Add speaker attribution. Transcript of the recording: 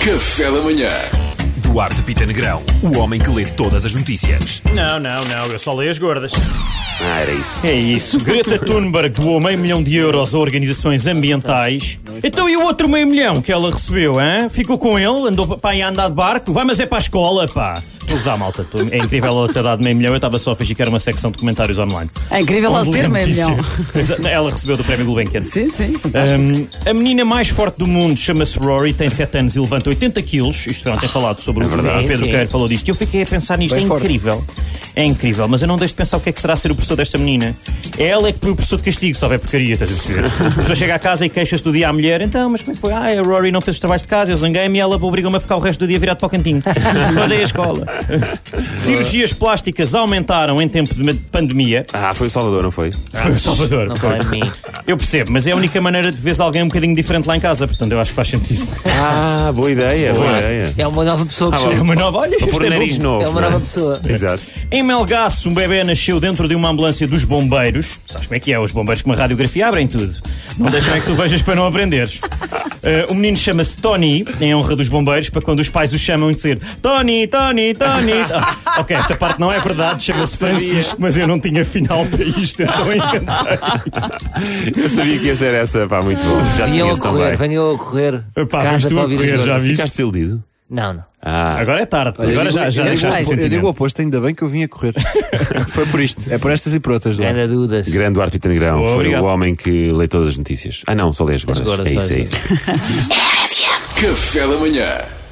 Speaker 1: Café da manhã.
Speaker 2: Duarte Pita Negrão, o homem que lê todas as notícias.
Speaker 3: Não, não, não, eu só leio as gordas.
Speaker 4: Ah, era isso.
Speaker 3: É isso. Greta Thunberg doou meio milhão de euros a organizações ambientais. Então e o outro meio milhão que ela recebeu, hein? Ficou com ele, andou para aí a andar de barco. Vai, mas é para a escola, pá. Estou a usar, malta. Tô- É incrível ela ter dado meio milhão. Eu estava só a fingir que era uma secção de comentários online.
Speaker 5: É incrível ela
Speaker 3: Onde
Speaker 5: ter
Speaker 3: lê
Speaker 5: meio
Speaker 3: notícias.
Speaker 5: milhão.
Speaker 3: Exato, Ela recebeu do prémio Gulbenkian.
Speaker 5: Sim, sim.
Speaker 3: Um, a menina mais forte do mundo chama-se Rory, tem 7 anos e levanta 80 quilos. Isto ontem falado sobre o o Pedro Queiro falou disto. E eu fiquei a pensar nisto, é incrível. É incrível, mas eu não deixo de pensar o que é que será ser o professor desta menina. Ela é que põe o professor de castigo, só vai porcaria, estás a perceber? O professor chega à casa e queixa-se do dia à mulher, então, mas como é que foi? Ah, a Rory não fez os trabalhos de casa, eu zanguei-me e ela obrigou-me a ficar o resto do dia virado para o cantinho. Odeio a escola. Cirurgias plásticas aumentaram em tempo de pandemia.
Speaker 4: Ah, foi o Salvador, não foi?
Speaker 3: Foi o Salvador. Eu percebo, mas é a única maneira de veres alguém um bocadinho diferente lá em casa, portanto eu acho que faz sentido.
Speaker 4: Ah, boa ideia, boa, ideia.
Speaker 6: É uma nova pessoa que
Speaker 3: É uma nova. Olha,
Speaker 4: Para
Speaker 3: isto
Speaker 4: pôr o
Speaker 3: é
Speaker 4: nariz novo.
Speaker 3: novo.
Speaker 6: É uma
Speaker 4: não
Speaker 6: nova pessoa.
Speaker 4: Exato.
Speaker 3: Em Melgaço, um bebê nasceu dentro de uma ambulância dos bombeiros. Sabes como é que é? Os bombeiros com uma radiografia abrem tudo. Não deixam é que tu vejas para não aprenderes. Eh, o menino chama-se Tony, em honra dos bombeiros, para quando os pais o chamam e dizer Tony, Tony, Tony. Ah, ok, esta parte não é verdade, chama-se Francisco, mas eu não tinha final para isto, então inventei.
Speaker 4: Eu sabia que ia ser essa, pá, muito bom. Já
Speaker 6: Venham a
Speaker 4: tinhas
Speaker 6: correr,
Speaker 4: também.
Speaker 6: venham a correr.
Speaker 3: Epá, mas
Speaker 6: casa
Speaker 3: tu
Speaker 6: para
Speaker 3: a
Speaker 6: ouvir as
Speaker 3: correr, já
Speaker 6: bandas.
Speaker 3: vi.
Speaker 4: Ficaste desiludido?
Speaker 6: Não, não.
Speaker 4: Ah,
Speaker 3: Agora é tarde,
Speaker 7: Eu
Speaker 3: agora
Speaker 7: digo-
Speaker 3: já, já
Speaker 7: eu, digo,
Speaker 3: deixaste
Speaker 7: eu
Speaker 3: de sentimento.
Speaker 7: digo o oposto, ainda bem que eu vim a correr. Foi por isto, é por estas e por outras. Duarte.
Speaker 6: Ganda Dudas.
Speaker 4: grande Duarte Pita Negrão.
Speaker 3: Boa,
Speaker 4: Foi
Speaker 3: obrigado.
Speaker 4: o homem que lê todas as notícias. Ah, não, só lê as gordas.
Speaker 6: gordas,
Speaker 4: é isso,
Speaker 6: só
Speaker 4: é
Speaker 6: as
Speaker 4: isso.
Speaker 1: Café da manhã.